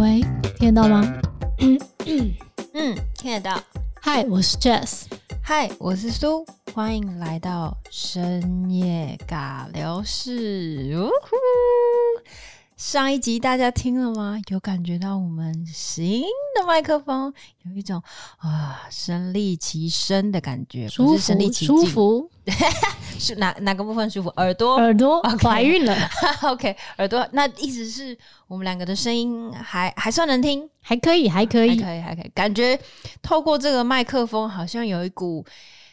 哎听得到吗？嗯，听得到。嗨，我是 Jess。嗨，我是苏，欢迎来到深夜尬聊室。呜呼上一集大家听了吗？有感觉到我们新的麦克风有一种啊身临其身的感觉，不舒是身临服，其舒境，服，是哪哪个部分舒服？耳朵，耳朵 OK 怀孕了， OK，耳朵。那一直是我们两个的声音还还算能听，还可以，还可还以，可以，还可以。感觉透过这个麦克风，好像有一股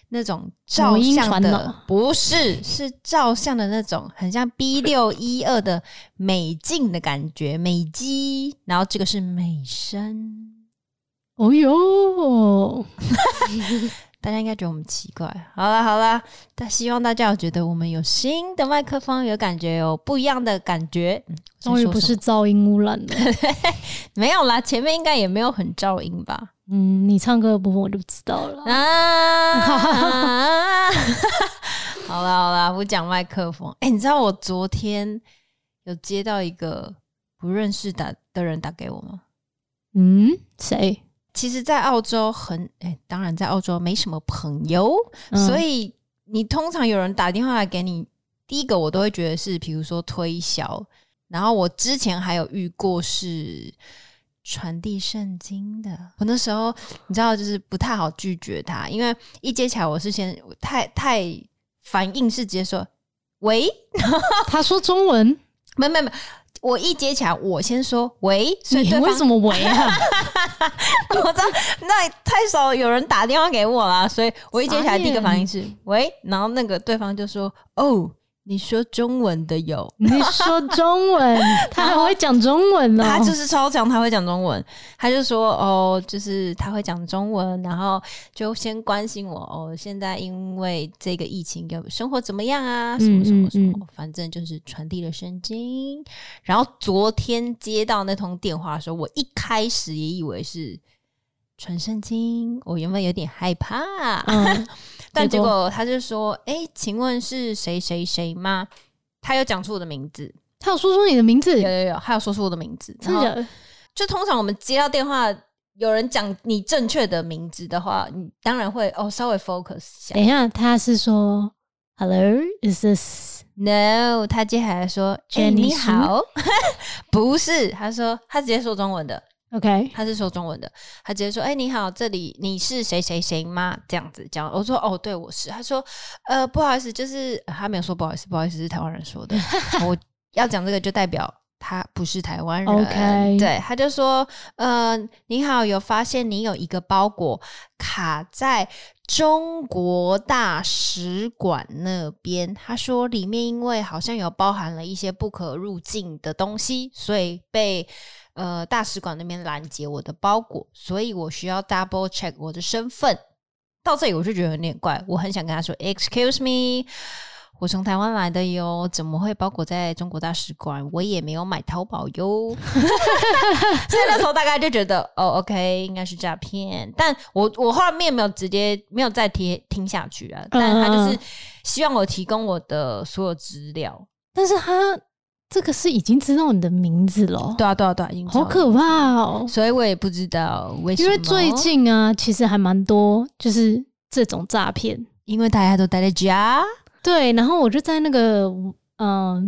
那种照母婴相传的脑，不是是照相的那种，很像 B 六一二的美镜的感觉，美肌。然后这个是美声。哦哟，大家应该觉得我们奇怪。好啦好啦，但希望大家有觉得我们有新的麦克风，有感觉，有不一样的感觉。嗯终于在说不什么是噪音污染 了。没有啦，前面应该也没有很噪音吧？嗯，你唱歌的部分我就不知道了。啊， 好啦好啦，不讲麦克风。哎、你知道我昨天有接到一个不认识打的人打给我吗？嗯，谁？其实，在澳洲很哎、当然在澳洲没什么朋友，嗯所以你通常有人打电话来给你，第一个我都会觉得是，比如说推销。然后我之前还有遇过是传递圣经的，我那时候你知道就是不太好拒绝他，因为一接起来我是先我太太反应是直接说喂，他说中文，没没没，我一接起来我先说喂， 所以你对为方什么围 啊？我知道那太少有人打电话给我啦，所以我一接起来第一个反应是喂，然后那个对方就说哦，你说中文的有， 你说中 文，他还会讲中文哦。他就是超强，他会讲中文，他就说哦，就是他会讲中文，然后就先关心我哦，现在因为这个疫情，有生活怎么样啊？什么什么什么，嗯嗯反正就是传递了神经。然后昨天接到那通电话的时候，我一开始也以为是。传圣经，我原本有点害怕， 嗯，但结结果果他就说：“哎、请问是谁谁谁吗？”他有讲出我的名字，他有说出你的名字有，有有，他有说出我的名字。真然后的假的？就通常我们接到电话，有人讲你正确的名字的话，你当然会哦稍微 focus 一等下。一下，他是说 Hello，is this？ No，他接下来说：“哎、 Jenny 你好。” 不是，他说他直接说中文的， OK，他是说中文的，他直接说：“哎、你好，这里你是谁谁谁吗？”这样子讲，我说：“哦，对，我是。”他说：“呃，不好意思，就是呃他没有说不好意思，不好意思是台湾人说的，我要讲这个就代表他不是台湾人。 OK 对，他就说：“呃，你好，有发现你有一个包裹卡在中国大使馆那边，他说里面因为好像有包含了一些不可入境的东西，所以被呃大使馆那边拦截我的包裹，所以我需要 double check 我的身份。到这里我就觉得有点怪，我很想跟他说，Excuse me。我从台湾来的哟，怎么会包裹在中国大使馆？我也没有买淘宝哟。 所以那时候大概就觉得，哦，OK，应该是诈骗。但我我后面没有直接没有再贴听下去啊，但他就是希望我提供我的所有资料。但是他这个是已经知道你的名字了，对啊，对啊，对啊，已经知道好了可怕哦！所以我也不知道为什因么，为最近啊，其实还蛮多就是这种诈骗，因为大家都待在家对。然后我就在那个嗯、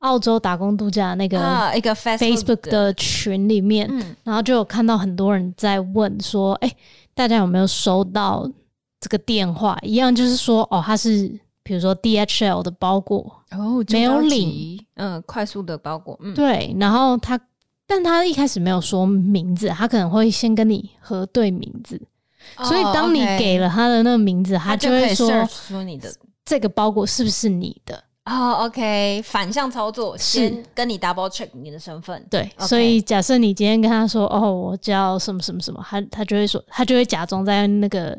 澳洲打工度假那个啊，一个 Facebook Facebook 的群里面，嗯，然后就有看到很多人在问说，哎、大家有没有收到这个电话？一样就是说，哦，他是比如说 DHL 的包裹，哦，没有中高级领，嗯，快速的包裹，嗯，对，然后他，但他一开始没有说名字，他可能会先跟你核对名字，所以当你哦，OK 给了他的那个名字，他就可以会说 search 出你的。这个包裹是不是你的？哦、o k 反向操作，是先跟你 double check 你的身份，对 OK 所以假设你今天跟他说哦，我叫什么什么什么，他他就会说，他就会假装在那个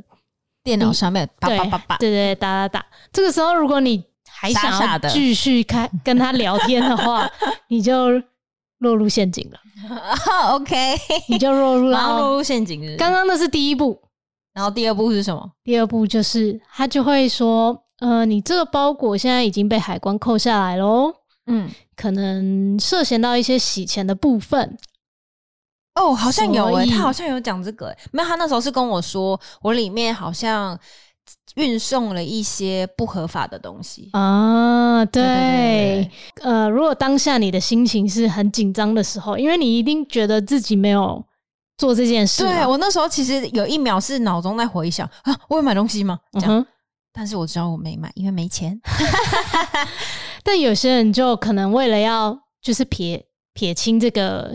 电脑上面叭对叭叭叭，对对打打打。这个时候，如果你还傻想傻要的继续开跟他聊天的话，你就落入陷阱了，哦，OK， 你就落 入然后到落入陷阱是不是刚刚那是第一步。然后第二步是什么？第二步就是他就会说，呃，你这个包裹现在已经被海关扣下来喽，嗯，可能涉嫌到一些洗钱的部分。哦，好像有诶、所以他好像有讲这个、欸，没有，他那时候是跟我说，我里面好像运送了一些不合法的东西。啊，对对对呃，如果当下你的心情是很紧张的时候，因为你一定觉得自己没有做这件事嘛，对我那时候其实有一秒是脑中在回想啊，我有买东西吗？这嗯样，哼。但是我知道我没买，因为 没钱。但有些人就可能为了要就是撇撇清这个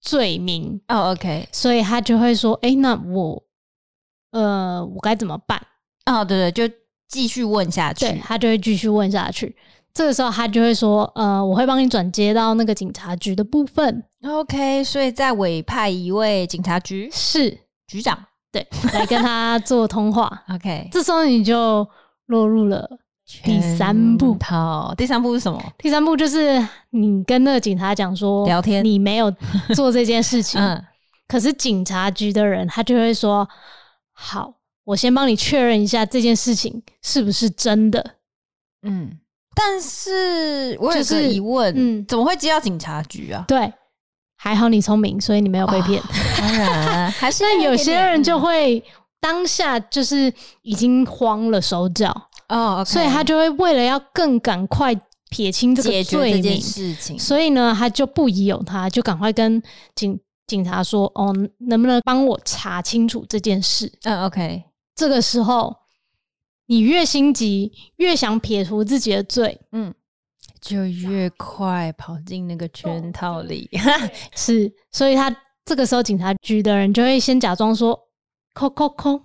罪名，哦，OK，所以他就会说：“哎、那我呃，我该怎么办哦，对对，就继续问下？”去。对，他就会继续问下去。这个时候，他就会说：“呃，我会帮你转接到那个警察局的部分。 OK，所以再委派一位警察局是” 局长。对，来跟他做通话。 OK，这时候你就落入了第三步圈。套第三步是什么？第三步就是你跟那个警察讲说聊天你没有做这件事情。 嗯，可是警察局的人他就会说：“好，我先帮你确认一下这件事情是不是真的。嗯，但是我有就一个是疑问，嗯怎么会接到警察 局啊”？对，还好你聪明，所以你没有被骗。当然，还是啊但有些人就会会当下就是已经慌了手脚，哦，OK，所以他就会为了要更赶快撇清这解个决这罪件名，事情。所以呢，他就不疑有他，就赶快跟警警察说：“哦，能不能帮我查清楚这件事？”嗯，OK，这个时候，你越心急，越想撇除自己的 罪，就越快跑进那个圈套里。 是，所以他这个时候警察局的人就会先假装说“扣扣扣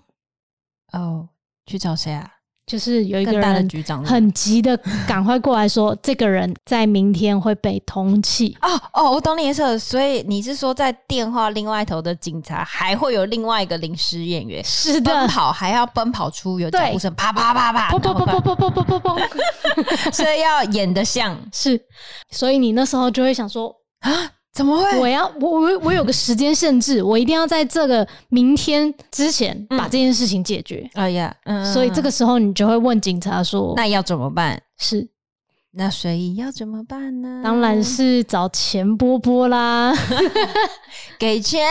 哦，去找谁啊？”，就是有一个更大的人局长是吗很急的赶快过来说，这个人在明天会被通缉。哦哦，我懂你意思了。所以你是说，在电话另外一头的警察还会有另外一个临时演员是奔的，跑，还要奔跑出有脚对步声，啪啪啪啪，砰砰砰然后砰砰砰砰砰砰，啪所以要演的像 是，所以你那时候就会想说， 啊？怎么会？我要我我我有个时间限制，我一定要在这个明天之前把这件事情解决。哎呀，嗯，所以这个时候你就会问警察说，那要怎么办？是那所以要怎么办呢？当然是找钱波波啦。 给钱，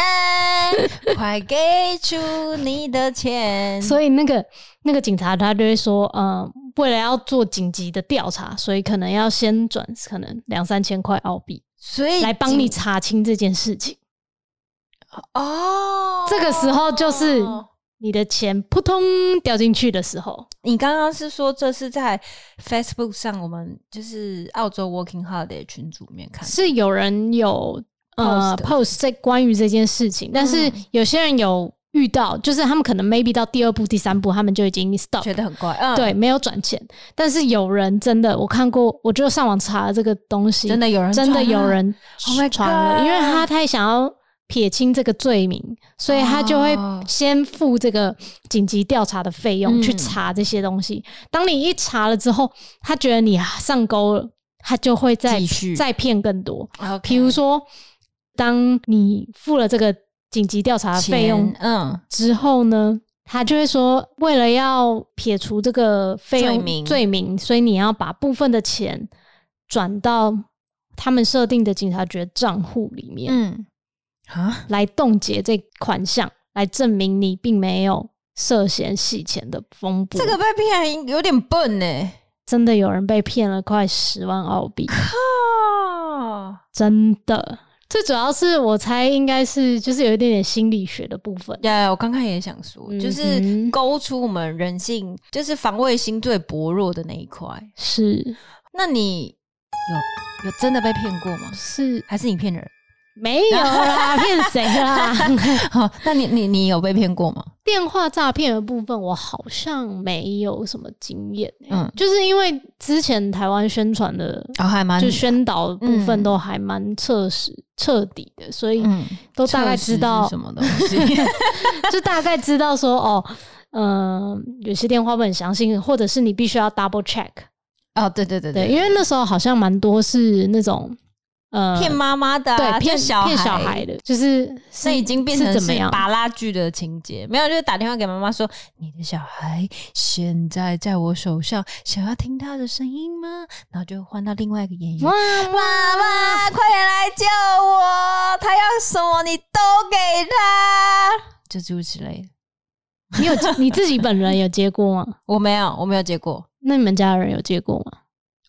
快给出你的钱。所以那个那个警察他就会说，嗯，为了要做紧急的调查，所以可能要先转可能两三千块澳币所以来帮你警查清这件事情。哦，这个时候就是你的钱扑通掉进去的时候，你刚刚是说这是在 Facebook 上，我们就是澳洲 Working Holiday 群组里面看是有人有呃哎 Post 嗯 post 这关于这件事情，但是有些人有遇到，就是他们可能 maybe 到第二步、第三步，他们就已经 stop 觉得很怪，嗯，，对，没有转钱。但是有人真的，我看过，我就上网查了这个东西，真的有人真的有人 Oh my 传了，因为 God 他太想要撇清这个罪名，所以他就会哦先付这个紧急调查的费用、去嗯查这些东西。当你一查了之后，他觉得你上钩了，他就会再继续再骗更多。传了，比如说，当你付了这个紧急调查的费用钱嗯，之后呢，他就会说，为了要撇除这个费用罪名名所以你要把部分的钱转到他们设定的警察局的账户里面，嗯，啊，来冻结这款项，来证明你并没有涉嫌洗钱的风波。这个被骗有点笨呢，真的有人被骗了快十万澳币， 哦，真的。最主要是我猜应该是就是有一点点心理学的部分，呀，我刚刚也想说，就是嗯哼勾出我们人性，就是防卫心最薄弱的那一块。是那你有有真的被骗过吗？是还是你骗人？ 没有啦，骗谁啦？好，那你你你有被骗过吗？电话诈骗的部分，我好像没有什么经验、欸。嗯就是因为之前台湾宣传的，哦，还蛮就宣导的部嗯分都还蛮彻实彻底的，所以嗯，都大概知道测试是，什么东西。 就大概知道说哦，嗯、有些电话不很详信，或者是你必须要 double check。哦，对对对对，因为那时候好像蛮多是那种呃骗妈妈的、啊，对骗小骗小孩的，就是是那已经变成是怎么是样？拔拉剧的情节，没有，就是打电话给妈妈说：“你的小孩现在在我手上，想要听他的声音吗？”然后就换到另外一个演员，妈妈，快点来救我！他要什么你都给他，就诸如此类的。你有你自己本人有接过吗？我没有，我没有接过，那你们家人有接过吗？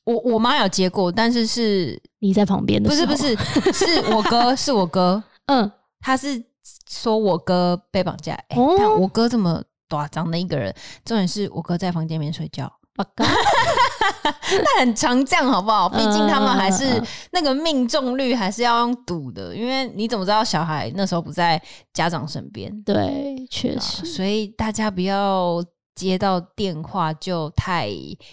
我我妈有接过，但是是你在旁边的不是时候不，是 是我哥，是我哥，嗯，他是说我哥被绑架。哎、哦但我哥这么短长的一个人，重点是我哥在房间里面睡觉，八嘎， 那很常这样好不好？毕竟他们还是、嗯嗯嗯嗯那个命中率还是要用赌的，因为你怎么知道小孩那时候不在家长身边？ 对，确啊实，所以大家不要接到电话就太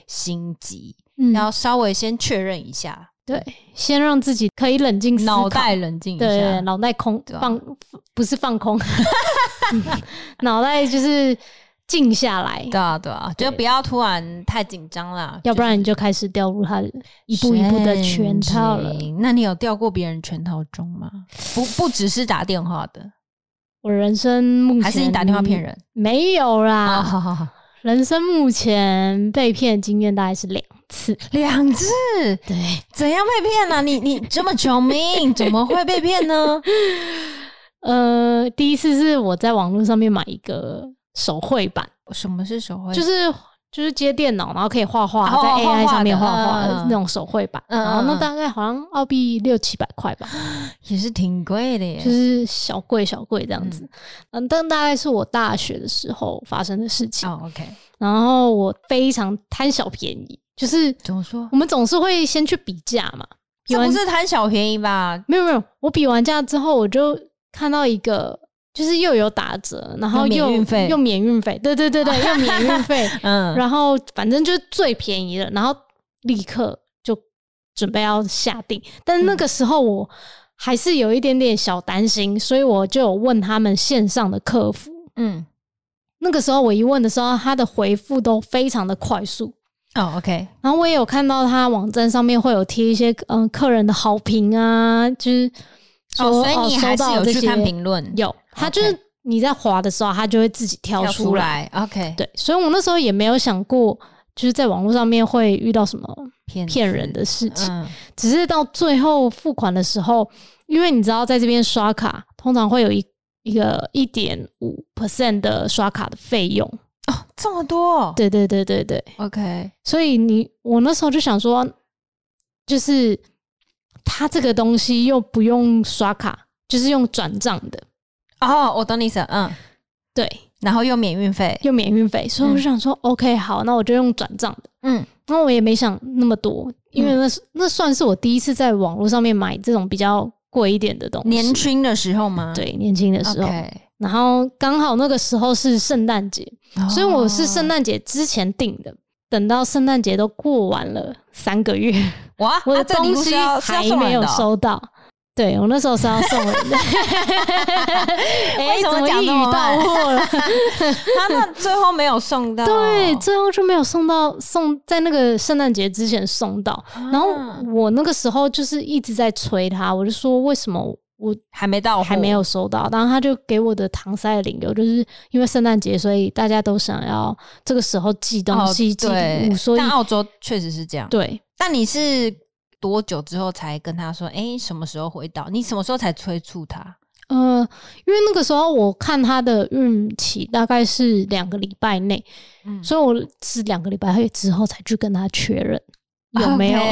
心急，嗯，要稍微先确认一下，对，先让自己可以冷静思考脑袋冷静一对下。脑袋空对啊放不是放 空，嗯脑袋就是静下来，对啊，对啊，就不要突然太紧张啦，要不然你就开始掉入他的一步一步的圈套了。陷阱。那你有掉过别人圈套中吗？不，不只是打电话的，我人生目前还是你打电话骗？人没有啊？啦，好好好，人生目前被骗的经验大概是两次。两次，对，怎样被骗呢、你你这么聪 明，怎么会被骗呢？呃，第一次是我在网络上面买一个手绘板，什么是手绘？就是就是接电脑，然后可以画画，嗯哦在画画 AI 的上面画画嗯嗯嗯那种手绘板，嗯嗯嗯然后那大概好像澳币六七百块吧，也是挺贵的耶。就是小贵小贵这样子。嗯，但大概是我大学的时候发生的事情。哦，OK，然后我非常贪小便宜，就是怎么说我？们总是会先去比价嘛，比这完不是贪小便宜吧？没有没有，我比完价之后，我就看到一个，就是又有打折，然后又免又运费又免运费，对对对对，又免运费，嗯，然后反正就是最便宜的，然后立刻就准备要下定，但是那个时候我还是有一点点小担心，所以我就有问他们线上的客服。嗯，那个时候我一问的时候，他的回复都非常的快速，哦，OK，然后我也有看到他网站上面会有贴一些嗯客人的好评啊，就是说哦，所以你收还是到有这去看些评论，有，他就是你在滑的时候，他就会自己跳要出出来，OK，对，所以我那时候也没有想过，就是在网络上面会遇到什么骗骗子人的事情，嗯，只是到最后付款的时候，因为你知道在这边刷卡通常会有一一个一点五 percent 的刷卡的费用，哦，这么多哦对对对对对， ，OK，所以你我那时候就想说，就是他这个东西又不用刷卡，就是用转账的，哦，我懂你意思，嗯，对，然后又免运费，又免运费，所以我就想说、o k 好，那我就用转账的。嗯那我也没想那么多，因为那、是那算是我第一次在网络上面买这种比较贵一点的东，西。年轻的时候吗？对年轻的时候，OK，然后刚好那个时候是圣诞节，哦所以我是圣诞诞节之前订的。等到圣诞节都过完了三个月，哇，我啊的这东礼物西是要是要还送没人有的哦收到。对我那时候是要送人的， 哎、 为什么怎讲一语这么到慢货 了？他那最后没有送到，对，最后就没有送到，送在那个圣诞节之前送到。然后啊我那个时候就是一直在催他，我就说为什么我还没到，还没，有收到？然后他就给我的搪塞的理由，就是因为圣诞节，所以大家都想要这个时候寄东西、寄哦对礼物，所以但澳洲确实是这样。对但你是多久之后才跟他说？哎，什么时候回到？你什么时候才催促他？呃，因为那个时候我看他的孕期大概是两个礼拜内，嗯所以我是两个礼拜之后才去跟他确认有没有。啊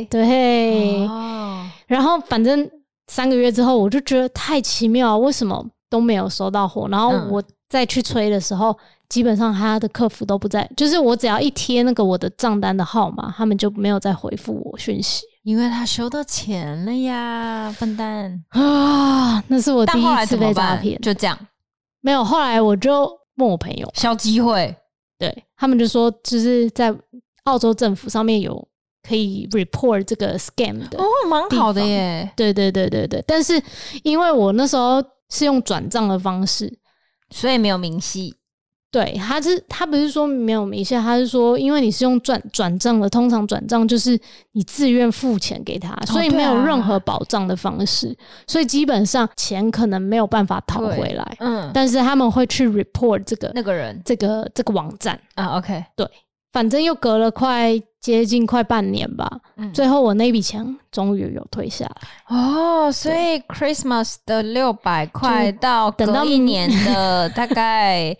有？对，啊哦，然后反正三个月之后，我就觉得太奇妙啊了，为什么都没有收到货？然后嗯我再去催的时候，基本上他的客服都不在，就是我只要一贴那个我的账单的号码，他们就没有再回复我讯息因为他收到钱了呀，笨蛋。啊。那是我第但后来一次怎么被诈办？骗，就这样，没有。后来我就问我朋友，消机会。对他们就说，就是在澳洲政府上面有可以 report 这个 scam 的。哦，蛮好地的方耶。对对对对对，但是因为我那时候是用转账的方式，所以没有明细对，他是他不是说没有明细，他是说因为你是用转转账的，通常转账就是你自愿付钱给他，所以对没有啊任何保障的方式，所以基本上钱可能没有办法讨对回来，嗯，但是他们会去 report 这个那个人这个这个网站，啊，OK，反正又隔了快接近快半年吧，嗯，最后我那笔钱终于有退下来，哦，所以 Christmas 的六百块到等到隔一年的大概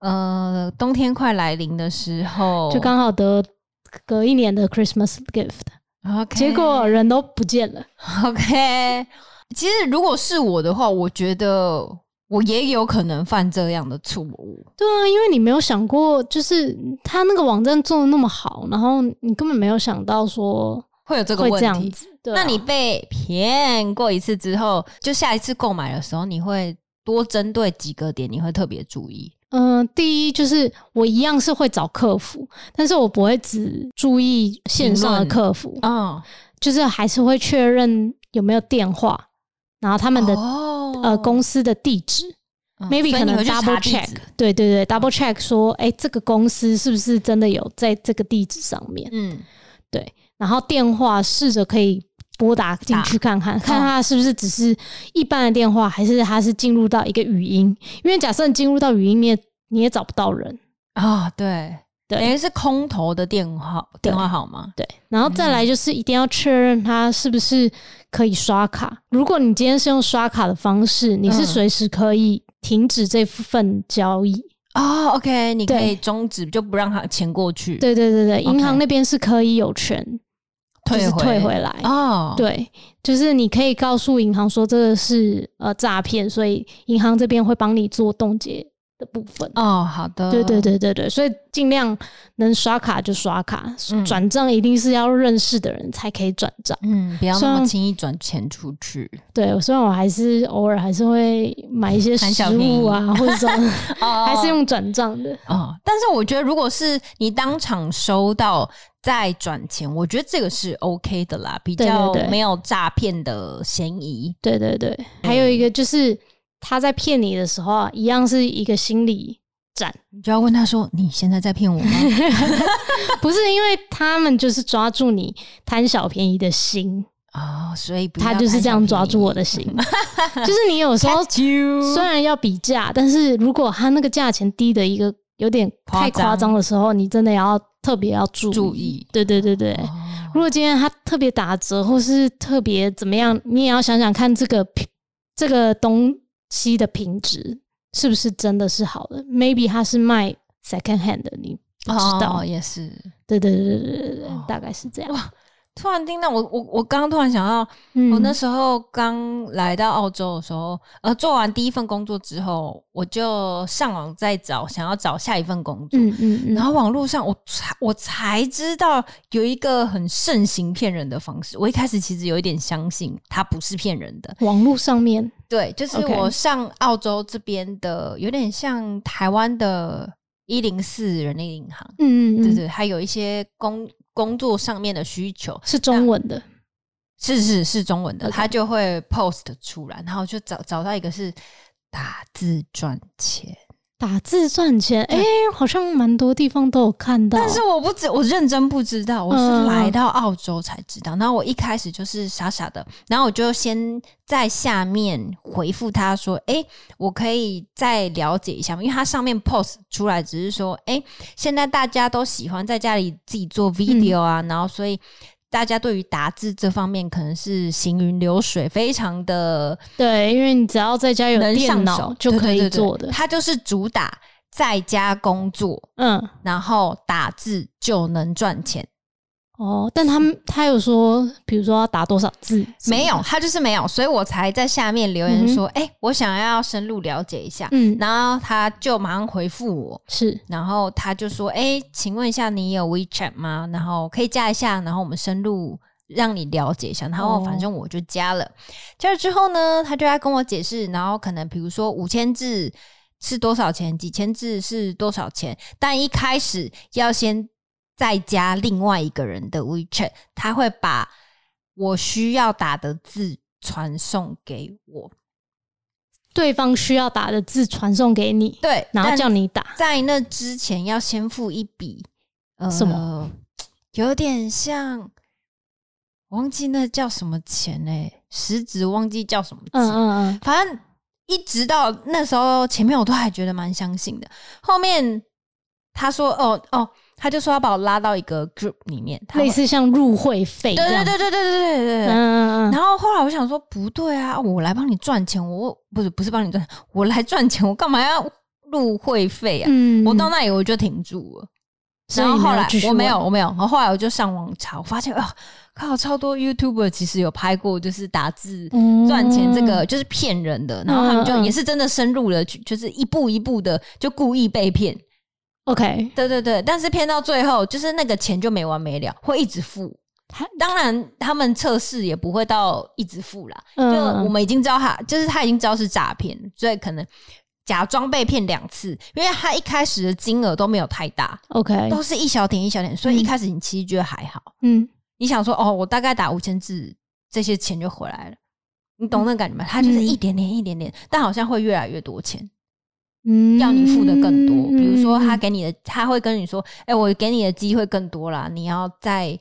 呃冬天快来临的时候，就刚好得隔一年的 Christmas gift， OK，结果人都不见了。 OK，其实如果是我的话，我觉得我也有可能犯这样的错误。对啊，因为你没有想过，就是他那个网站做的那么好，然后你根本没有想到说会有这个会问这样题，子。对啊、那你被骗过一次之后，就下一次购买的时候，你会多针对几个点，你会特别注意。嗯、第一就是我一样是会找客服，但是我不会只注意线上的客服，嗯，就是还是会确认有没有电话，然后他他们的、哦呃公司的地址。嗯 maybe 所以可你能会去 double 查地 check，址对对对，double check 说，哎、这个公司是不是真的有在这个地址上面？嗯，然后电话试着可以拨打进去看看，看它是不是只是一般的电话，还是它是进入到一个语音？因为假设你进入到语音，你也你也找不到人，啊、对，对等于是空头的电话对电话号码。对。然后再嗯来就是一定要确认它是不是可以刷卡。如果你今天是用刷卡的方式，你是嗯随时可以停止这份交易。哦，OK，你可对以终止，就不让他钱过去，，对对对对， OK 银行那边是可以有权就是退回退回来。哦，，对，就是你可以告诉银行说这个是呃诈骗，所以银行这边会帮你做冻结的部分。哦，好的，对对对对对，所以尽量能刷卡就刷卡，嗯转账一定是要认识的人才可以转账。嗯，不要那像么轻易转钱出去。对，虽然我还是偶尔还是会买一些贪食小便物宜啊或者什 么，哦还是用转账的。哦，但是我觉得如果是你嗯当场收到再转钱，我觉得这个是 OK 的啦，比对对较对没有诈骗的嫌疑。对对对，还有一个就是他在骗你的时候啊，一样是一个心理战。你就要问他说：“你现在在骗我吗不是因为他们就是抓住你贪小便宜的心，？” 哦，所以不要他就是这样抓住我的心。心， 就是你有时 候 Catch you 虽然要比价，但是如果他那个价钱低的一个有点太夸夸张张的时候，你真的要特别要注意。注意对对对对，哦如果今天他特别打折或是特别怎么样，你也要想想看这个品这个东西的品质是不是真的是好的，maybe 他是卖 second hand 的，你不知道。哦、也是。对对对对对对，哦大概是这样。突然听到我我我刚刚突然想到，嗯我那时候刚来到澳洲的时候，呃，做完第一份工作之后，我就上网在找想要找下一份工作，嗯嗯嗯，然后网络上我才我才知道有一个很盛行骗人的方式。我一开始其实有一点相信它不是骗人的，网络上面，对，就是我 OK 上澳洲这边的，有点像台湾的一零四人力银行，嗯嗯嗯，对对，还有一些工工作上面的需求，是中文的，是是是中文的， OK 他就会 post 出来，然后就找找到一个是打字赚钱，打字赚钱，哎、好像蛮多地方都有看到。但是我不知我认真不知道，我嗯嗯是嗯来到澳洲才知道。然后我一开始就是傻傻的，然后我就先在下面回复他说：“诶，我可以再了解一下吗？”因为他上面 post 出来只是说：“诶，现在大家都喜欢在家里自己嗯做 video 啊，然后所以。”大家对于打字这方面可能是行云流水，非常的对，因为你只要在家有能电上脑手，就对可对以对对做的。它就是主打在家工作，嗯，然后打字就能赚钱。哦，但他们他有说，比如说要打多少字什么的？没有，他就是没有，所以我才在下面留言说：“哎、我想要深入了解一下。嗯，然后他就马上回复我，是然后他就说：“哎、请问一下，你有 WeChat 吗？然后可以加一下，然后我们深入让你了解一下。”然后哦反正我就加了，加了之后呢，他就在跟我解释，然后可能比如说五千字是多少钱，几千字是多少钱，但一开始要先再加另外一个人的 WeChat，他会把我需要打的字传送给我。对方需要打的字传送给你，对，然后但叫你打。在那之前要先付一笔，呃，什么？有点像，我忘记那叫什么钱嘞、欸实质忘记叫什么钱，嗯嗯嗯，反正一直到那时候前面我都还觉得蛮相信的，后面他说哦哦，他就说要把我拉到一个 group 里面，他会类似像入会费这对对样。对对对对对嗯对对。嗯嗯然后后来我想说，不对啊，我来帮你赚钱，我不是不是帮你赚钱，我来赚钱，我干嘛要入会费啊？嗯，我到那里我就停住了。所以然你没后后有来继续我没问有，我没有。然后后来我就上网查，我发现啊，靠，超多 YouTuber 其实有拍过，就是打字嗯赚钱这个就是骗人的，然后他们就嗯嗯也是真的深入了，去就是一步一步的就故意被骗。 OK，对对对，但是骗到最后，就是那个钱就没完没了，会一直付他。当然，他们测试也不会到一直付啦，就就我们已经知道他，就是他已经知道是诈骗，所以可能假装被骗两次，因为他一开始的金额都没有太大， OK，都是一小点一小点，所以嗯一开始你其实觉得还好，嗯你想说哦，我大概打五千字，这些钱就回来了，你懂那个感觉吗？他就是嗯一点点一点点，但好像会越来越多钱，嗯，要你付的更多。比如说他嗯给你的，他会跟你说，哎、我给你的机会更多啦，你要再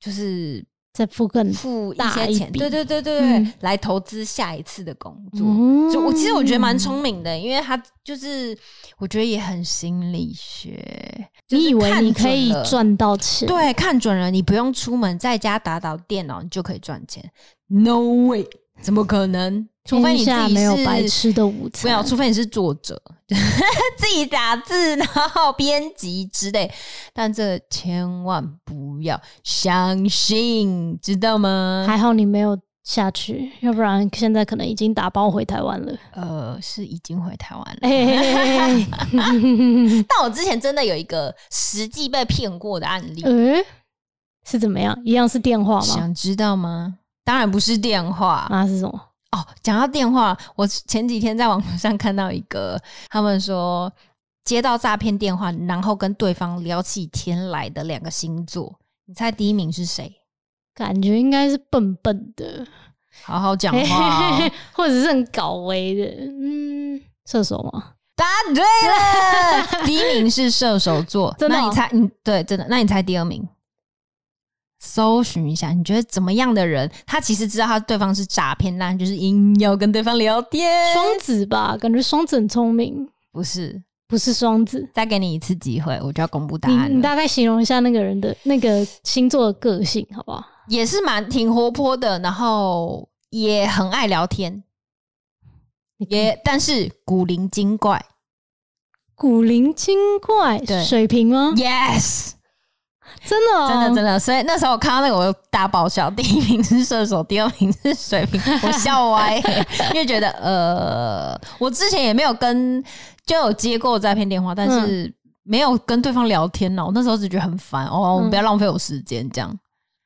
就是再付更多付一嗯大些一钱，笔对对对对对，嗯来投资下一次的工作。哦就我其实我觉得蛮聪明的，因为他就是我觉得也很心理学。就是你以为看你可以准了赚到钱？，对，看准了，你不用出门，在家打打电脑，你就可以赚钱。No way，怎么可能？除非你自下己没有是白吃的午餐。没有，除非你是作者， 自己打字，然后编辑之类。但这千万不要相信，知道吗？还好你没有下去，要不然现在可能已经打包回台湾了。 呃，是已经回台湾了。哎、欸，但我之前真的有一个实际被骗过的案例，呃是怎么样？一样是电话吗？想知道吗？当然不是电话，啊，是什么？哦，讲到电话，我前几天在网络上看到一个，他们说接到诈骗电话，然后跟对方聊起天来的两个星座，你猜第一名是谁？感觉应该是笨笨的，好好讲话、 哦，或者是很搞微的，嗯，射手吗？答对 了，第一名是射手座。真的哦那你猜，你对，真的，那你猜第二名？搜寻一下，你觉得怎么样的人？他其实知道他对方是诈骗，但就是硬要跟对方聊天。双子吧，感觉双子很聪明，不是，不是双子。再给你一次机会，我就要公布答你案了你大概形容一下那个人的那个星座的个性好不好？也是蛮挺活泼的，然后也很爱聊天，你也但是古灵精怪。古灵精怪，对水瓶吗？ Yes，真的、嗯哦，真的真的，所以那时候我看到那个，我就大爆笑。第一名是射手，第二名是水 瓶，我笑歪、因为觉得呃，我之前也没有跟就有接过诈骗电话，但嗯是没有跟对方聊天呢。我那时候只觉得很烦哦，嗯不要浪费我时间这样，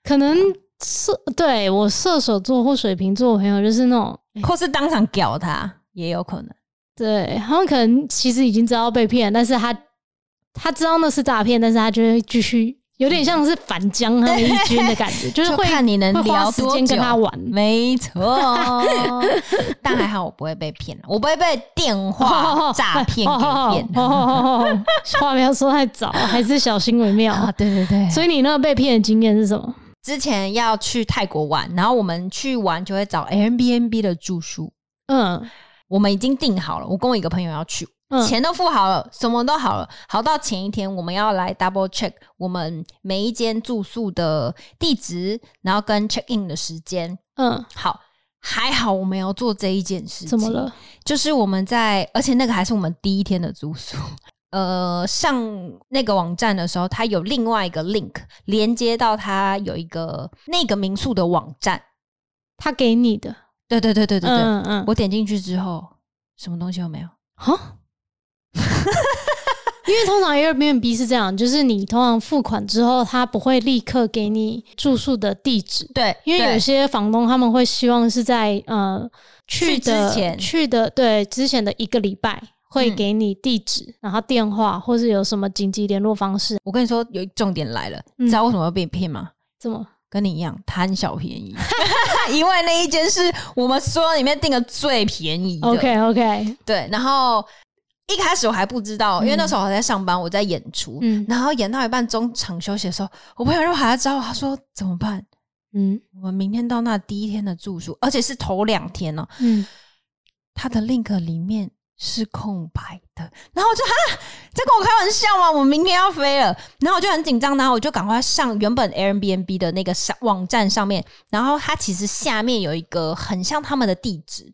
可能射对我射手座或水瓶座的朋友就是那种，哎或是当场屌他也有可能。对他们可能其实已经知道被骗，但是他他知道那是诈骗，但是他就会继续，有点像是反将他们一军的感觉，就是 就会看你能会聊花时多间久跟他玩。没错，但还好我不会被骗，我不会被电 话诈骗给骗。哦哦哦哦哦话不要说太 早，还是小心为妙。啊，对对对，所所以以你那个被骗的经验是什么？之前要去泰国玩，然后我们去玩就会找 Airbnb 的住宿，嗯我们已经订好了，我跟我一个朋友要去，嗯，钱都付好了，什么都好了，好到前一天我们要来 double check 我们每一间住宿的地址，然后跟 check in 的时间。嗯，好，还好我们有做这一件事情，怎么了？就是我们在，而且那个还是我们第一天的住宿。 呃，上那个网站的时候，它有另外一个 link 连接到它有一个那个民宿的网站。他给你的，对对对对对对，嗯嗯，我点进去之后，什么东西都没有。哈， 因为通常 Airbnb 是这样，就是你通常付款之后，他不会立刻给你住宿的地址，对，因为有对些房东他们会希望是在呃去的之前去的对之前的一个礼拜会嗯给你地址，然后电话或是有什么紧急联络方式，我跟你说，有一重点来了，嗯知道为什么会被骗吗？怎么跟你一样贪小便宜， 因为那一间是我们所有里面订的最便宜的。 OK OK，对，然后一开始我还不知道，因为那时候我还在上班，我在演出，嗯然后演到一半中场休息的时候，我朋友就跑来找我，他说怎么办？嗯我们明天到那第一天的住宿，而且是头两天哦，嗯，他的 link 里面是空白的，然后我就哈，在跟我开玩笑吗？我明天要飞了，然后我就很紧张，然后我就赶快上原本 Airbnb 的那个上网站上面，然后它其实下面有一个很像他们的地址，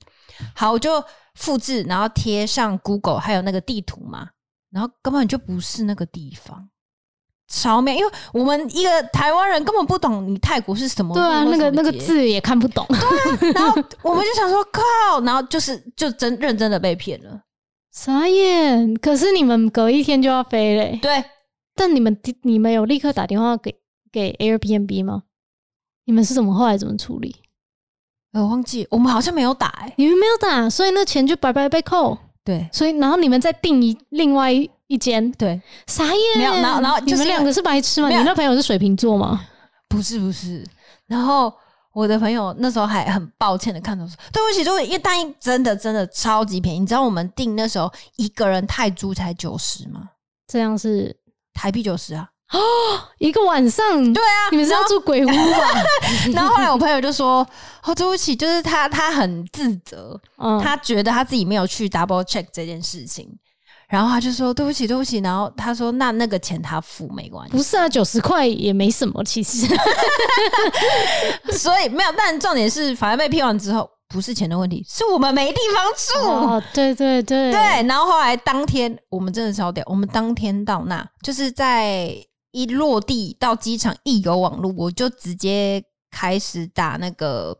好，我就复制，然后贴上 Google 还有那个地图嘛，然后根本就不是那个地方。超妙，因为我们一个台湾人根本不懂你泰国是什么路对啊，或那个什么那个节字也看不懂，然后我们就想说靠，然后就是就真认真的被骗了。 傻眼。可是你们隔一天就要飞嘞、对，但你们你们有立刻打电话给给 Airbnb 吗？你们是怎么后来怎么处理？我忘记我们好像没有打哎、你们没有打，所以那钱就白白被扣。对所以然后你们再订一另外一一间，对，傻眼。没有然后然后你就是们因为两个是白痴吗？没你有那朋友是水瓶座吗？不是不是。然后我的朋友那时候还很抱歉的看着我说：“对不起，对不起，因为单一真的真的超级便宜。你知道我们订那时候一个人泰铢才九十吗？这样是台币九十啊。一个晚上，对啊，你们是要住鬼屋吧？ 然后后来我朋友就说：哦，对不起，就是他他很自责，嗯，他觉得他自己没有去 double check 这件事情，然后他就说对不起，对不起。然后他说那那个钱他付没关不是啊，九十块也没什么，其实系，所以没有。但重点是，反正被骗完之后，不是钱的问题，是我们没地方住。 哦，对对对对，然后后来当天我们真的超屌，我们当天到那，就是在一落地到机场一有网路，我就直接开始打那个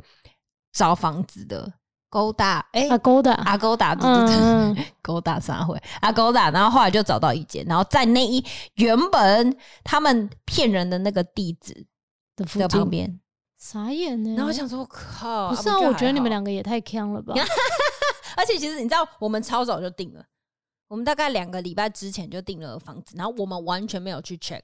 找房子的勾搭，哎、阿勾的，阿勾打，对对对，嗯，嗯 勾搭三回，阿勾搭，然后后来就找到一间，然后在那一原本他们骗人的那个地址的附的近旁，边，傻眼呢。然后我想说，靠，不是啊啊，就我还觉得你们好，两个也太坑了吧？而且其实你知道，我们超早就定了，我们大概两个礼拜之前就定了房子，然后我们完全没有去 check。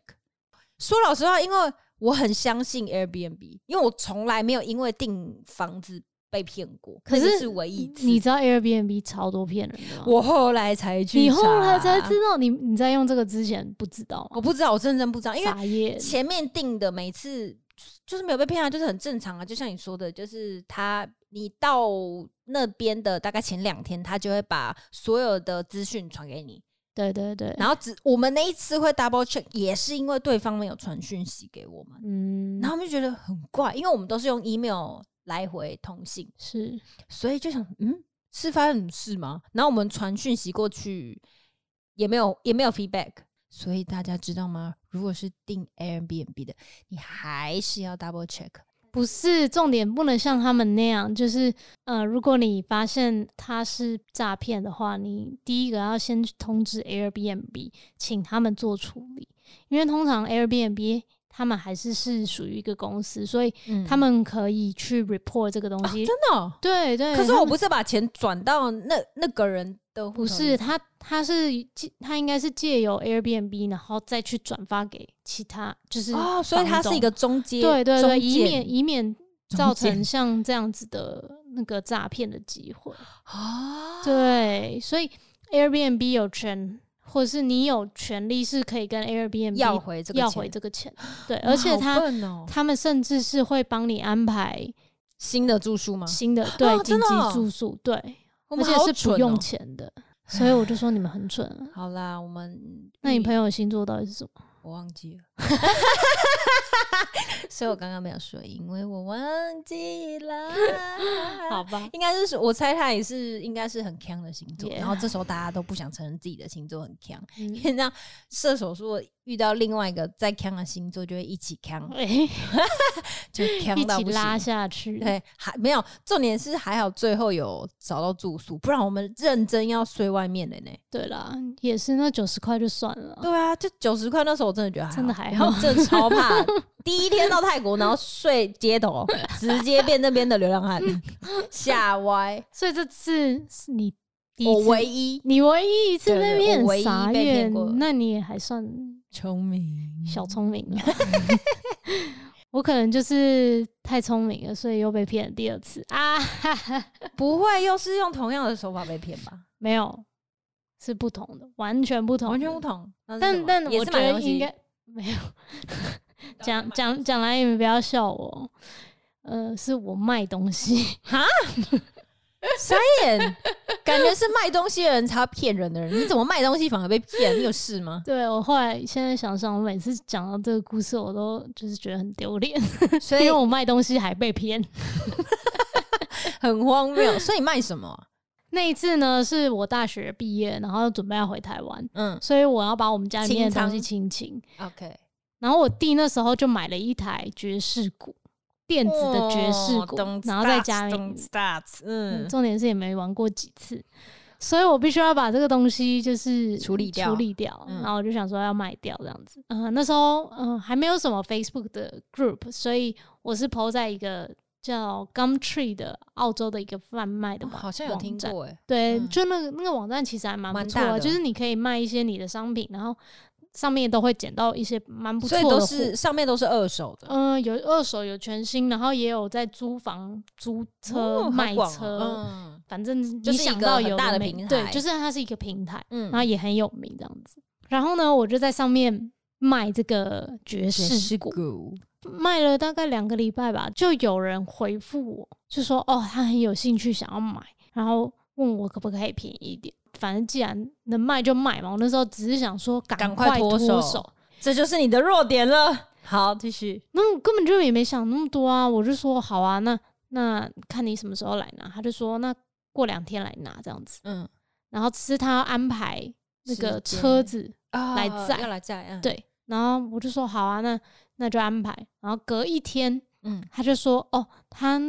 说老实话，因为我很相信 Airbnb，因为我从来没有因为订房子被骗过，可这个是是唯一一次你知道 Airbnb 超多骗人的吗？我后来才去，你后来才知，道，你你在用这个之前不知道吗我？不知道，我真的真不知道，因为傻眼，前面定的每次就是就是没有被骗啊，就是很正常啊。就像你说的，就是他你到那边的大概前两天，他就会把所有的资讯传给你，对对对，然后只我们那一次会 double check，也是因为对方没有传讯息给我们，嗯，然后我们就觉得很怪，因为我们都是用 email 来回通信，是所以就想嗯。是发生什么事吗？然后我们传讯息过去，也没有也没有 feedback，所以大家知道吗？如果是订 Airbnb 的，你还是要 double check。不是重点？不能像他们那样，就是呃，如果你发现他是诈骗的话，你第一个要先通知 Airbnb，请他们做处理，因为通常 Airbnb 他们还是是属于一个公司，所以嗯他们可以去 report 这个东西。真的哦、对对，可是他我们不是把钱转到那那个人的户头不里，是他，他是借他应该是借由 Airbnb，然后再去转发给其他，就是哦，所以他是一个中间，对对对，中以介免以免中造介成像这样子的那个诈骗的机会。啊，对，所以 Airbnb 有权，或是你有权利是可以跟 Airbnb 要回这个要钱回这个钱。对，哇而且好他笨哦他们甚至是会帮你安排新的住宿吗？新的哦对真紧的急哦住宿，对，而我们且好是蠢不哦用钱的。所以我就说你们很蠢啊。好啦，我们那你嗯朋友的星座到底是什么？我忘 记了，所以我刚刚没有说，因为我忘记了。吧，应该是说我猜他也是，应该是很强的星座。 Yeah 然后这时候大家都不想承认自己的星座很强，嗯 因为让射手座遇到另外一个再强的星座，就会一起 强，哎就强一到起不拉行。下去。对，还没有重点是还好最后有找到住宿，不然我们认真要睡外面的呢。对啦，也是那九十块就算了啊。对啊，就九十块那时候我真的觉得还好真的还我好真的超怕。第一天到泰国，然后睡街头，直接变那边的流浪汉，吓歪。所以这次是你第一我次，唯一你唯一一次对被对我骗唯，一傻被骗眼过。嗯那你也还算 聪明小聪明啊。 我可能就是太聪明了，所以又被骗了第二次啊！哈哈不会又是用同样的手法被骗吧？没有，是不同的，完全不同，完全不。同。那是什但么但也我是觉买得东西应 该没有讲讲讲来，你们不要笑我。呃，是我卖东西，？傻眼，感觉是卖东西的人才要骗人的人，你怎么卖东西反而被骗？你有事吗 对我后来现在想想，我每次讲到这个故事，我都就是觉得很丢脸，所因以为我卖东西还被骗。很荒谬。所以你卖什么啊？那一次呢，是我大学毕业，然后准备要回台湾， 嗯所以我要把我们家里面的清仓东西清一清。 ，OK，然后我弟那时候就买了一台爵士鼓，电子的爵士哦鼓，然后在家里， start，嗯嗯，重点是也没玩过几次，所以我必须要把这个东西就是处理掉处理掉。嗯然后我就想说要卖掉这样子。嗯、那时候嗯、呃还没有什么 Facebook 的 group，所以我是 PO 在一个叫 Gumtree 的澳洲的一个贩卖的哦网、好像有听网站过哎，对，嗯就那个那个网站其实还蛮不蛮错大的，的就是你可以卖一些你的商品，然后上面都会捡到一些蛮不错所的以都货是上面都是二手的，嗯、有二手有全新，然后也有在租房、租车、哦好卖广哦车，嗯反正你就是一想个到很有大的没平对，台就是它是一个平台，嗯然后也很有名这样子。然后呢，我就在上面卖这个爵士鼓，鼓，卖了大概两个礼拜吧，就有人回复我，就说哦，他很有兴趣想要买，然后问我可不可以便宜一点。反正既然能卖就卖嘛，我那时候只是想说赶赶快脱脱手这就是你的弱点了。好，继续。那我根本就也没想那么多啊，我就说好啊，那那看你什么时候来拿，他就说那过两天来拿这样子，嗯，然后只是他要安排那个时间车子，啊来载要来载，嗯，对，然后我就说好啊，那那就安排，然后隔一天嗯，他就说哦，他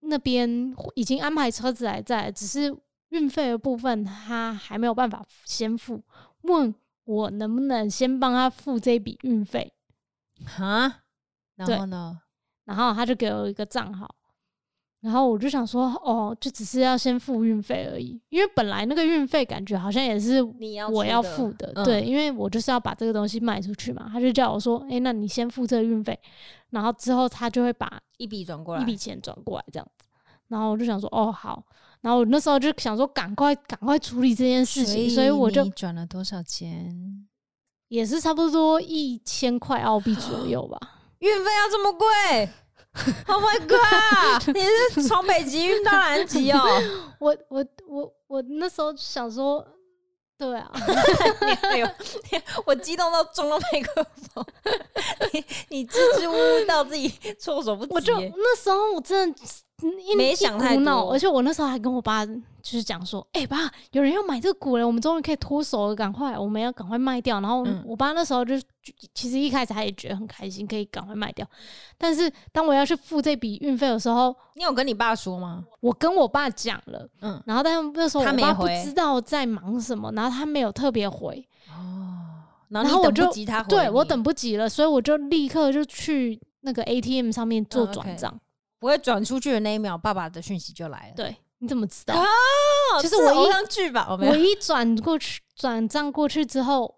那边已经安排车子来载，只是运费的部分他还没有办法先付，问我能不能先帮他付这笔运费，哈，对然后呢？然后他就给我一个账号，然后我就想说，哦，就只是要先付运费而已，因为本来那个运费感觉好像也是你要我出要的付的，嗯对，因为我就是要把这个东西卖出去嘛。他就叫我说，诶，那你先付这个运费，然后之后他就会把一笔转过来，一笔钱转过来这样子。然后我就想说，哦，好。然后我那时候就想说，赶快赶快处理这件事情，所以我就你转了多少钱？也是差不多一千块澳币左右吧。运费要这么贵？Oh my god！你是从北极运到南极哦？ 我我我我那时候就想说，对啊，哎呦， 我激动到中了麦克风， 你你支支吾吾到自己措手不及耶。我就那时候我真的嗯一没想太一股脑，多而且我那时候还跟我爸就是讲说，哎、爸，有人要买这个股了，我们终于可以脱手了，赶快，我们要赶快卖掉。然后嗯我爸那时候就其实一开始他也觉得很开心，可以赶快卖掉，但是当我要去付这笔运费的时候，你有跟你爸说吗？我跟我爸讲了，嗯，然后但是那时候他我没爸不回知道在忙什么，然后他没有特别回，哦，然然后后我你等就不及他回对我你等不及了，所以我就立刻就去那个 ATM 上面做嗯，OK 转账。不会转出去的那一秒，爸爸的讯息就来了。对，你怎么知道？啊哦就是是我偶一像剧吧，我没我有。嗯一转过去，转账过去之后，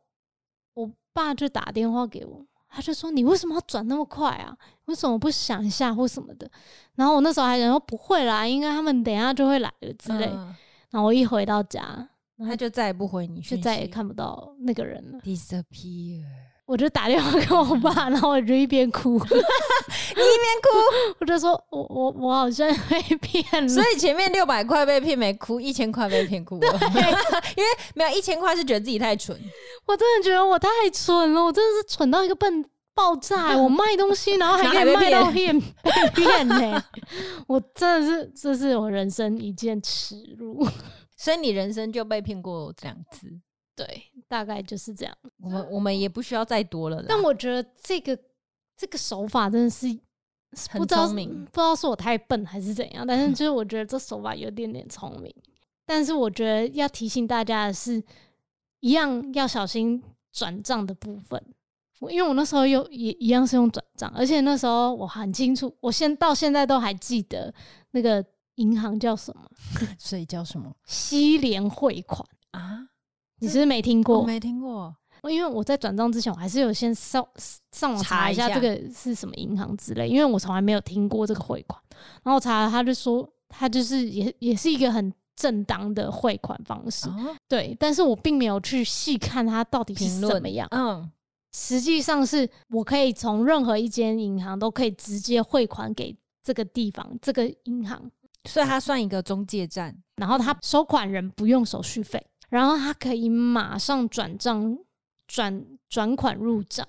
我爸就打电话给我，他就说：“你为什么要转那么快啊？为什么不想一下或什么的？”然后我那时候还想说：“不会啦，应该他们等一下就会来了之类。嗯然后我一回到家，他就再也不回你就讯息，再也看不到那个人嗯了。 disappear。我就打电话给我 爸，然后我就一边哭， 我就说：“我我我好像被骗了。”所以前面六百块被骗没哭，一千块被骗哭了， 因为没有一千块是觉得自己太蠢，我真的觉得我太蠢了，我真的是蠢到一个笨爆炸、 我卖东西，然后还可以卖到骗被 骗呢、我真的是，这是我人生一件耻辱。所以你人生就被骗过两次。对，大概就是这样。我们我们也不需要再多了啦。但我觉得这个这个手法真的是很不知道聪是嗯明嗯不知道是我太笨还是怎样，但是就是我觉得这手法有点点聪明。但是我觉得要提醒大家的是，一样要小心转账的部分。我因为我那时候有也一样是用转账，而且那时候我很清楚，我现到现在都还记得那个银行叫什么所以叫什么西联汇款，啊？你是不是没听我过？没听过，因为我在转账之前，我还是有先上上网查一下查一这下个是什么银行之类，因为我从来没有听过这个汇款。然后我查了，他就说他就是也也是一个很正当的汇款方式，哦对。但是我并没有去细看它到底是评怎论么样。嗯，实际上是我可以从任何一间银行都可以直接汇款给这个地方这个银行，所以它算一个中介站，然后他收款人不用手续费，然后他可以马上转账转转款入账。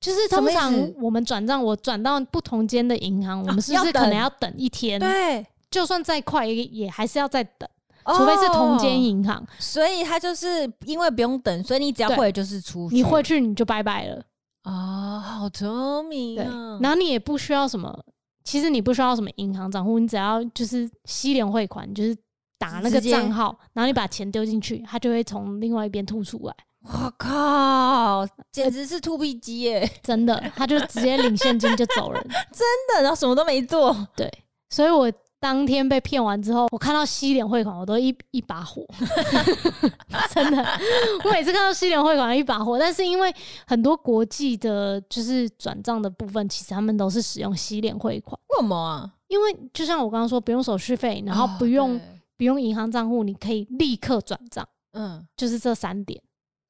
就是什通么意思啊常我们转账，我转到不同间的银行，我们是不要是等可能要等一天？对，就算再快也也还是要再等，哦除非是同间，银行，所以它就是因为不用等，所以你只要对会就是出去，你汇去你就拜拜了。哦，好聪明对，啊！然后你也不需要什么，其实你不需要什么银行账户，你只要就是西联汇款，你就是打那个直接账号，然后你把钱丢进去，它就会从另外一边吐出来。我靠，呃简直是兔皮机耶！真 的，他就直接领现金就走人。真的，然后什么都没做，对，所以我当天被骗完之后，我看到西联汇款，我都一一把火， 真的。我每次看到西联汇款一把火，但是因为很多国际的，就是转账的部分，其实他们都是使用西联汇款，为什么啊？因为就像我刚刚说，不用手续费，然后哦不用、对不用银行账户，你可以立刻转账，嗯就是这三点。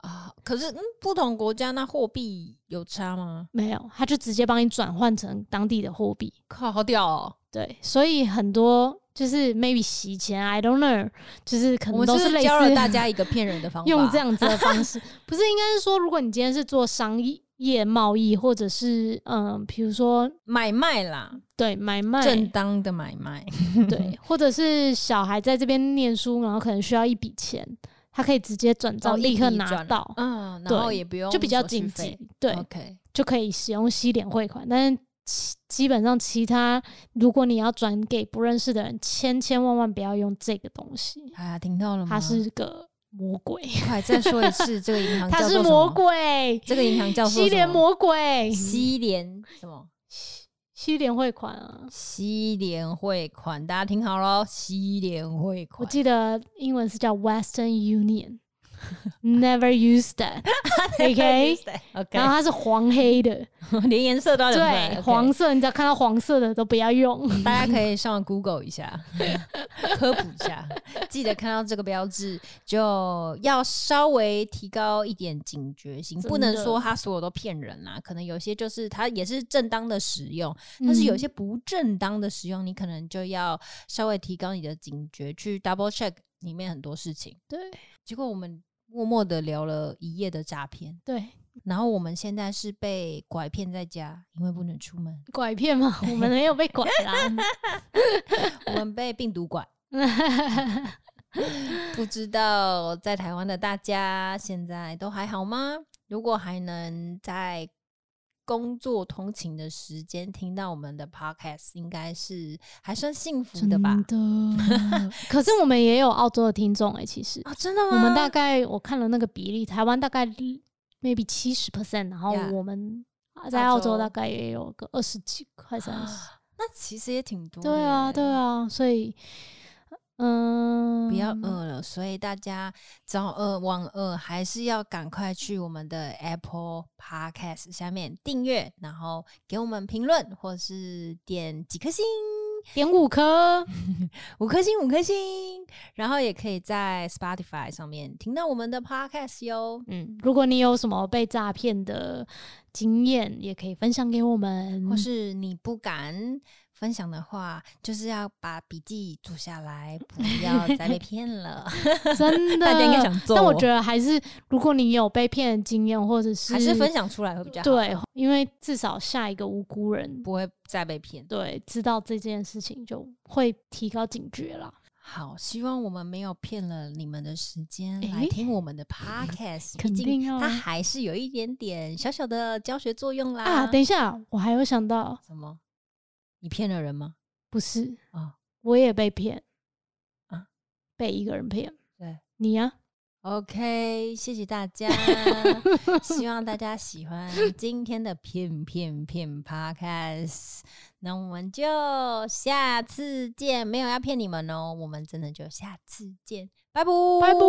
啊，可是嗯，不同国家那货币有差吗？没有，他就直接帮你转换成当地的货币。靠，好屌哦！对，所以很多就是 maybe 洗钱，I don't know，就是可我能们是嗯都不是类教了似 大家一个骗人的方法，用这样子的方式，不是应该是说，如果你今天是做商业贸易，或者是嗯，比如说买卖啦，对哦买卖，正嗯当的买卖。对，或者是小孩在这边念书，然后可能需要一笔钱，他可以直接转账、哦一立刻笔拿转到，嗯，然对后也不用就比较手续紧费急，对， OK，就可以使用西点汇款，但是其基本上其他，如果你要转给不认识的人，千千万万不要用这个东西。哎呀，听到了吗？他是个魔鬼，快再说一 次，这个银行他啊叫是做什魔么，鬼， 这个银行叫做西什联么魔鬼，西联什么？西联汇款啊！西联汇款，大家听好喽，西联汇我款。记得英文是叫 Western Union 。Never use that, OK？然后 OK，它是黄黑 的，连颜色都要讲出来对，哦，OK 黄色，你只要看到黄色的都不要 用。大家可以上网 Google 一下， 科普一下，记得看到这个标志就要稍微提高一点警觉性，真的不能说它所有都骗人啦、可能有些就是它也是正当的使用，嗯但是有些不正当的使用，你可能就要稍微提高你的警觉，去 double check 里面很多事情。对结果我们默默的聊了一夜的诈骗，对然后我们现在是被拐骗在家，因为不能出门，拐骗 嘛，我们没有被拐啦。我们被病毒拐。 不知道在台湾的大家现在都还好吗？如果还能在工作通勤的时间听到我们的 podcast，应该是还算幸福的吧？真的可是我们也有澳洲的听众哎、其实啊、真的吗？我们大概我看了那个比例，台湾大概 maybe 七十 percent，然后 Yeah 我们在澳澳洲啊洲大概也有个二十几快三十。那其实也挺多的耶。对啊，对啊，所以嗯，不要饿了，所以大家早饿晚饿还是要赶快去我们的 Apple Podcast 下面订阅，然后给我们评论或是点几颗星，点五 颗，五颗星五颗星，然后也可以在 Spotify 上面听到我们的 Podcast 哟。嗯，如果你有什么被诈骗的经验，也可以分享给我们，或是你不敢分享的话，就是要把笔记做下来，不要再被骗 了。 真的，大家应该想揍但我我觉得还是，如果你有被骗的经验，或者是还是分享出来会比较好，对，因为至少下一个无辜人不会再被骗。对知道这件事情，就会提高警觉啦。好，希望我们没有骗了你们的时间诶来听我们 的 podcast，肯毕定竟要它啊还是有一点点小小的教学作用啦。啊，等一下，我还有想到，什么？你骗了人吗？不是啊我也被骗啊，被一个人骗，对你呀、 ，OK，谢谢大 家，希望大家喜欢今天的骗骗骗 podcast。那我们就下次见，没有要骗你们哦，我们真的就下次见，拜拜，拜拜。